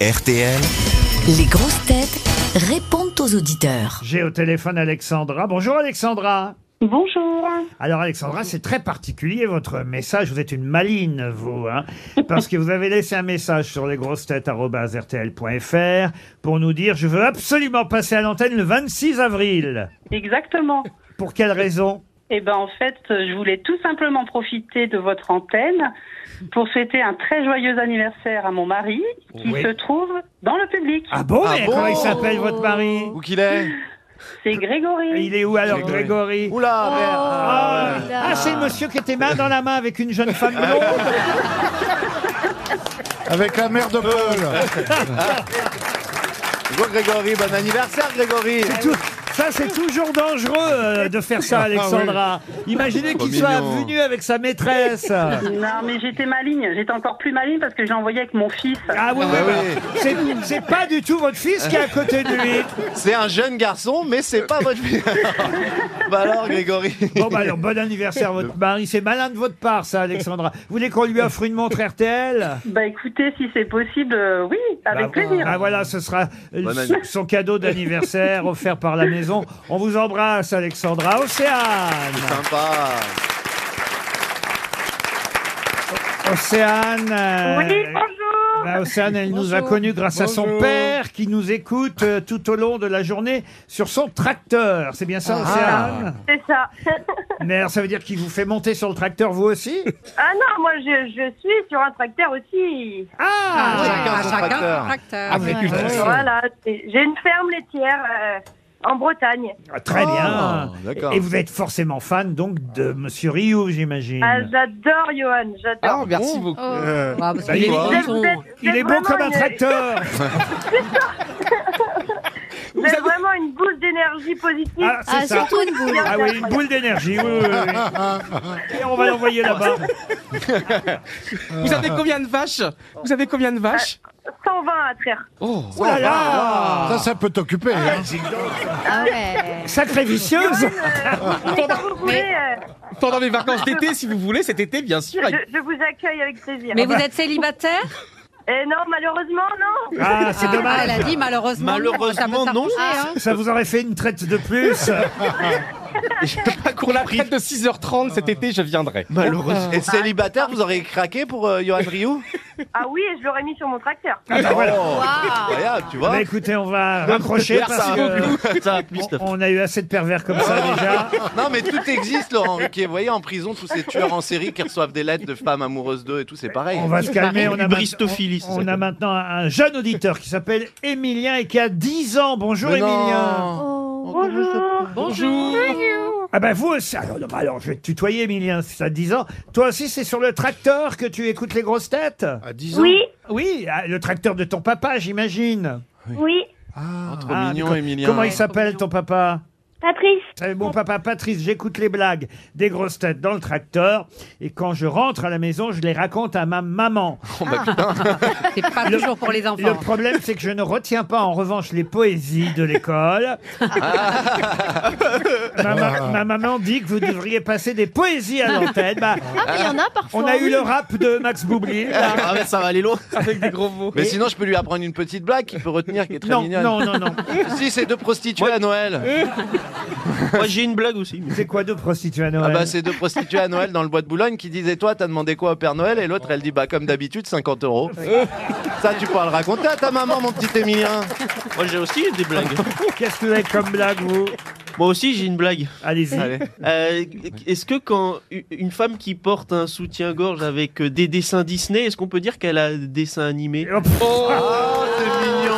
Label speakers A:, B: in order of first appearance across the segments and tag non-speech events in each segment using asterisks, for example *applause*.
A: RTL.
B: Les grosses têtes répondent aux auditeurs.
C: J'ai au téléphone Alexandra. Bonjour Alexandra.
D: Bonjour.
C: Alors Alexandra, c'est très particulier votre message. Vous êtes une maline, vous, hein, parce que vous avez laissé un message sur lesgrossetêtes.rtl.fr pour nous dire je veux absolument passer à l'antenne le 26 avril.
D: Exactement.
C: Pour quelle raison
D: Eh ben en fait, je voulais tout simplement profiter de votre antenne pour souhaiter un très joyeux anniversaire à mon mari qui
C: Oui.
D: se trouve dans le public.
C: Ah bon
E: Ah
C: mais
E: bon
C: Comment il s'appelle votre mari
E: Où qu'il est
D: C'est Grégory.
C: Ah, Il est où alors Grégory
E: Oula, merde
C: Ah, ah, c'est le monsieur qui était main dans la main avec une jeune femme blonde.
F: Avec la mère de Paul.
E: Go Grégory, bon anniversaire Grégory
C: Tout- Ça, c'est toujours dangereux euh, de faire ça, Alexandra. Imaginez qu'il soit
E: Ah mignon. Ah
C: venu avec sa maîtresse.
D: Non mais j'étais maligne, j'étais encore plus maligne parce que j'ai envoyé avec mon fils.
C: Ah oui, oui, oui. C'est- C'est pas du tout votre fils qui est à côté de
E: *laughs*
C: lui.
E: C'est un jeune garçon, mais c'est pas votre *laughs* fille. bah alors Grégory
C: Bon, bah alors, bon anniversaire, votre mari. C'est malin de votre part, ça, Alexandra. Vous voulez qu'on lui offre une montre RTL
D: Bah écoutez, si c'est possible, euh, oui, avec
C: Bah,
D: plaisir.
C: Ah voilà, ce sera euh,
E: Bon
C: son-
E: anniversaire.
C: son cadeau d'anniversaire offert par la maison. On vous embrasse, Alexandra. Océane
E: Sympa
C: Océane euh,
D: Oui, bonjour.
C: Bah, Océane, elle nous a connus grâce à son père qui nous écoute euh, tout au long de la journée sur son tracteur. C'est bien ça, Océane
D: C'est ça.
C: Mais alors, ça veut dire qu'il vous fait monter sur le tracteur, vous aussi
D: Ah non, moi je, je suis sur un tracteur aussi.
C: Ah,
E: Chacun son tracteur. Ah,
D: Voilà, c'est- j'ai une ferme laitière euh, en Bretagne.
C: Ah, Très bien
E: Ah, d'accord.
C: Et vous êtes forcément fan, donc, de Monsieur Rioux, j'imagine
D: Ah, j'adore Johan,
G: Ah,
D: j'adore.
F: Ah, merci beaucoup.
C: Bah, il, est,
D: Vous êtes- vous êtes- vous
C: Ah, il
D: êtes
C: est beau
D: vraiment
C: comme un
D: une-
C: tracteur
D: Vous êtes vraiment une bouse d'énergie positive.
C: Ah, c'est
B: Ah,
C: ça
B: surtout une boule.
C: Ah oui, une boule d'énergie, oui, oui, oui. Et on va l'envoyer là-bas.
G: Vous avez combien de vaches Vous avez combien de vaches
D: 120 à traire.
C: Oh là là
F: Ça, ça peut t'occuper. hein.
B: Ah
H: *laughs*
B: ouais.
C: Sacrée vicieuse
D: Mais quand vous voulez, euh,
G: Pendant mes vacances d'été, si vous voulez, cet été, bien sûr.
D: je, je vous accueille avec plaisir.
I: Mais vous êtes célibataire
D: Eh non, malheureusement, non.
C: Ah, c'est
I: Ah,
C: dommage
I: Elle a dit malheureusement.
E: Malheureusement,
I: ça peut
E: non.
I: s'arranger, hein.
C: Ça vous aurait fait une traite de plus
G: *laughs* Pour la traite de 6h30 cet été, je viendrai.
E: Malheureusement. Et célibataire, vous auriez craqué pour euh, Johan Rioux
D: Ah oui, et je l'aurais mis sur mon tracteur.
C: Ah,
E: Oh Incroyable, tu vois
C: Bah, écoutez, on va raccrocher
E: Faire
C: parce
E: ça, euh,
C: que
E: ça,
C: on- on a eu assez de pervers comme ça déjà.
E: *laughs* Non mais tout existe Laurent Ruquier. Vous voyez en prison tous ces tueurs en série qui reçoivent des lettres de femmes amoureuses d'eux et tout, c'est pareil.
C: On va se calmer.
I: paraît
C: On a,
G: bristophilie,
C: on-
G: ça
C: on a maintenant un jeune auditeur qui s'appelle Émilien et qui a 10 ans. Bonjour
E: Mais
F: hein.
C: Émilien.
E: non.
D: Bonjour.
G: Oh, Bonjour
C: Ah ben vous aussi. Alors, non, bah, alors, je vais te tutoyer Émilien si t'as 10 ans. Toi aussi c'est sur le tracteur que tu écoutes les grosses têtes
F: À 10 ans.
D: Oui,
C: Oui, ah, le tracteur de ton papa j'imagine.
D: oui.
E: Trop
C: Ah,
E: mignon
C: d'accord.
E: Emilien.
C: Comment il s'appelle ton papa
D: Patrice.
C: C'est mon papa Patrice, j'écoute les blagues des grosses têtes dans le tracteur et quand je rentre à la maison, je les raconte à ma maman.
I: C'est pas toujours pour les
C: Le
I: enfants.
C: problème, c'est que je ne retiens pas en revanche les poésies de l'école.
E: Ah.
C: ma, ma- ma maman dit que vous devriez passer des poésies à l'antenne. Bah,
H: Ah, mais il y en a parfois.
C: on a eu
H: oui.
C: le rap de Max Boublil. Bah, là.
E: Ah mais ça va aller loin.
G: Avec des gros mots.
E: Mais sinon, je peux lui apprendre une petite blague qu'il peut retenir, qui est très
C: Non,
E: mignonne.
C: non, non, non.
E: Si, c'est deux prostituées à Noël.
G: Moi, j'ai une blague aussi.
C: C'est quoi deux prostituées à Noël
E: Ah bah, c'est deux prostituées à Noël dans le bois de Boulogne qui disaient Toi, t'as demandé quoi au Père Noël Et l'autre, elle dit Bah, comme d'habitude, 50 euros. Ça, tu pourras le raconter à ta maman, mon petit Émilien.
G: Moi, j'ai aussi des blagues.
C: Qu'est-ce que vous avez comme blague, vous
G: Moi aussi, j'ai une blague.
C: Allez-y.
E: Allez.
G: Euh, est-ce que quand u- une femme qui porte un soutien-gorge avec euh, des dessins Disney, est-ce qu'on peut dire qu'elle a des dessins animés
C: Hop. Ah,
E: Oh, c'est mignon.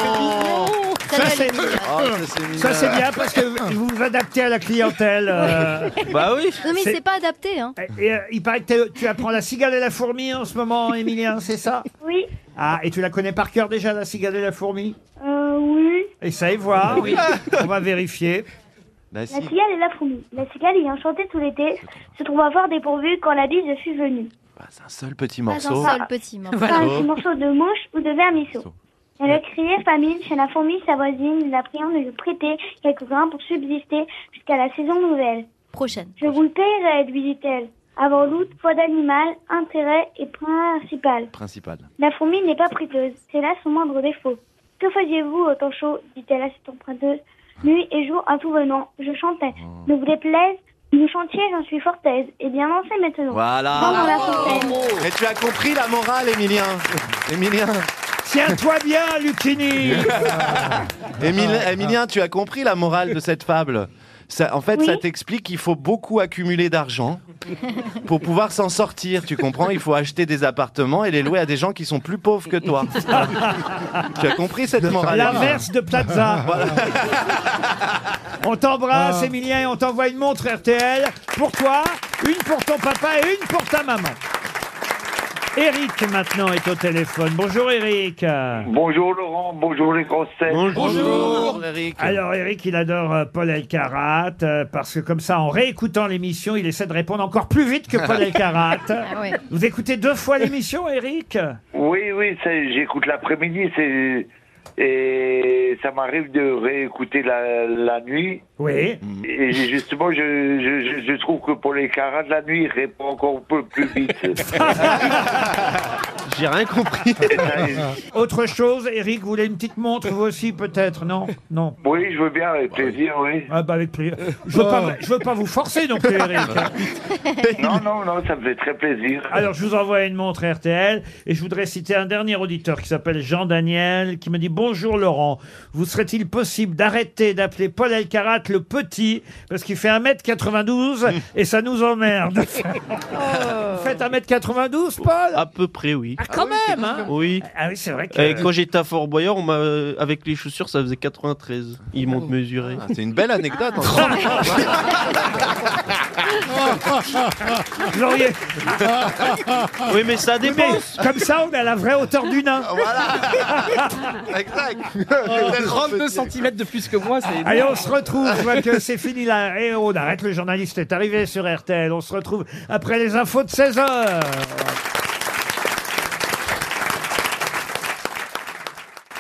H: Ça
C: Ça,
H: va,
C: c'est-
H: les filles.
E: Oh, ça, c'est mignon.
C: Ça, c'est bien parce que vous vous adaptez à la clientèle. euh.
G: Bah oui
H: Non, mais
C: C'est-
H: c'est pas adapté. Hein.
C: Et, et, euh, il paraît que t'es- tu apprends la cigale et la fourmi en ce moment, Émilien, c'est ça
D: Oui.
C: Ah, et tu la connais par cœur déjà, la cigale et la fourmi
D: Euh, oui.
C: Essaye voir. On va vérifier.
E: Bah, si.
J: La cigale et la fourmi. La cigale ayant chanté tout l'été, se trouva voir dépourvue quand la bise fut venue.
E: Bah, c'est un seul petit
H: Pas un
E: morceau.
H: seul petit morceau.
E: Voilà.
J: Pas un petit morceau de mouche ou de vermisseau. Elle criait famine chez la fourmi, sa voisine, la priant de lui prêter quelques grains pour subsister jusqu'à la saison nouvelle.
H: Prochaine.
J: Je vous le paierai, lui dit-elle. Avant l'août, poids d'animal, intérêt et principal.
E: Principal.
J: La fourmi n'est pas prêteuse, c'est là son moindre défaut. Que faisiez-vous au temps chaud dit-elle à cette emprunteuse. Nuit et jour, à tout venant, je chantais. Ne vous déplaise, vous chantiez, j'en suis fort aise. Et bien lancé maintenant. Prends dans
E: Voilà.
J: la fontaine.
E: Mais tu as compris la morale, Émilien. Émilien,
C: Tiens-toi bien, Lucini
E: Émile-
C: Ah,
E: Émilien, tu as compris la morale de cette fable. Ça, en fait,
J: Oui.
E: ça t'explique qu'il faut beaucoup accumuler d'argent pour pouvoir s'en sortir. Tu comprends Il faut acheter des appartements et les louer à des gens qui sont plus pauvres que toi. tu as compris cette morale
C: L'inverse de Plaza. *laughs* on t'embrasse, Émilien, et on t'envoie une montre RTL pour toi, une pour ton papa et une pour ta maman. Eric maintenant est au téléphone. Bonjour Eric.
A: Bonjour Laurent, bonjour les grosses têtes.
E: Bonjour, Eric.
C: Alors Eric, il adore euh, Paul Elkarat euh, parce que comme ça, en réécoutant l'émission, il essaie de répondre encore plus vite que Paul Elkarat.
H: Ah ouais.
C: Vous écoutez deux fois l'émission, Eric
A: Oui, oui, c'est- j'écoute l'après-midi, c'est et ça m'arrive de réécouter la, la nuit.
C: Oui.
G: Mm.
A: Et justement, je, je, je- je trouve que pour les carats de la nuit, il répond encore un peu plus vite.
G: J'ai rien compris.
A: Et ça,
C: Autre chose, Eric, vous voulez une petite montre, vous aussi peut-être Non Non.
A: oui, je veux bien, avec plaisir, oui.
C: Ah bah avec plaisir. Je veux, pas, je veux pas vous forcer non plus, Eric.
A: Oh. *laughs* Non, non, non, ça me fait très plaisir.
C: Alors, je vous envoie une montre RTL et je voudrais citer un dernier auditeur qui s'appelle Jean Daniel qui me dit Bonjour Laurent, vous serait-il possible d'arrêter d'appeler Paul Elkarat le petit parce qu'il fait 1m92 et ça nous emmerde Vous faites 1m92, Paul
G: À peu près, oui.
C: Ah, quand
I: Eh
C: même
I: ben.
C: hein
G: Oui.
C: Ah oui, c'est vrai
E: Eh,
C: que.
G: Et quand j'étais à Fort Boyard, on m'a, euh, avec les chaussures, ça faisait 93. Ils m'ont mesuré.
E: Ah, C'est une belle anecdote.
G: *laughs*
E: encore.
C: Vous auriez-
G: Oui, mais ça
C: Oui, mais
G: dépend.
C: comme ça, on est à la vraie hauteur du nain.
E: exact.
C: Oh,
K: 32 cm de plus que moi, c'est
C: Allez, on se retrouve, je vois que c'est fini là. Eh, Et on arrête, le journaliste est arrivé sur RTL. On se retrouve après les infos de 16h.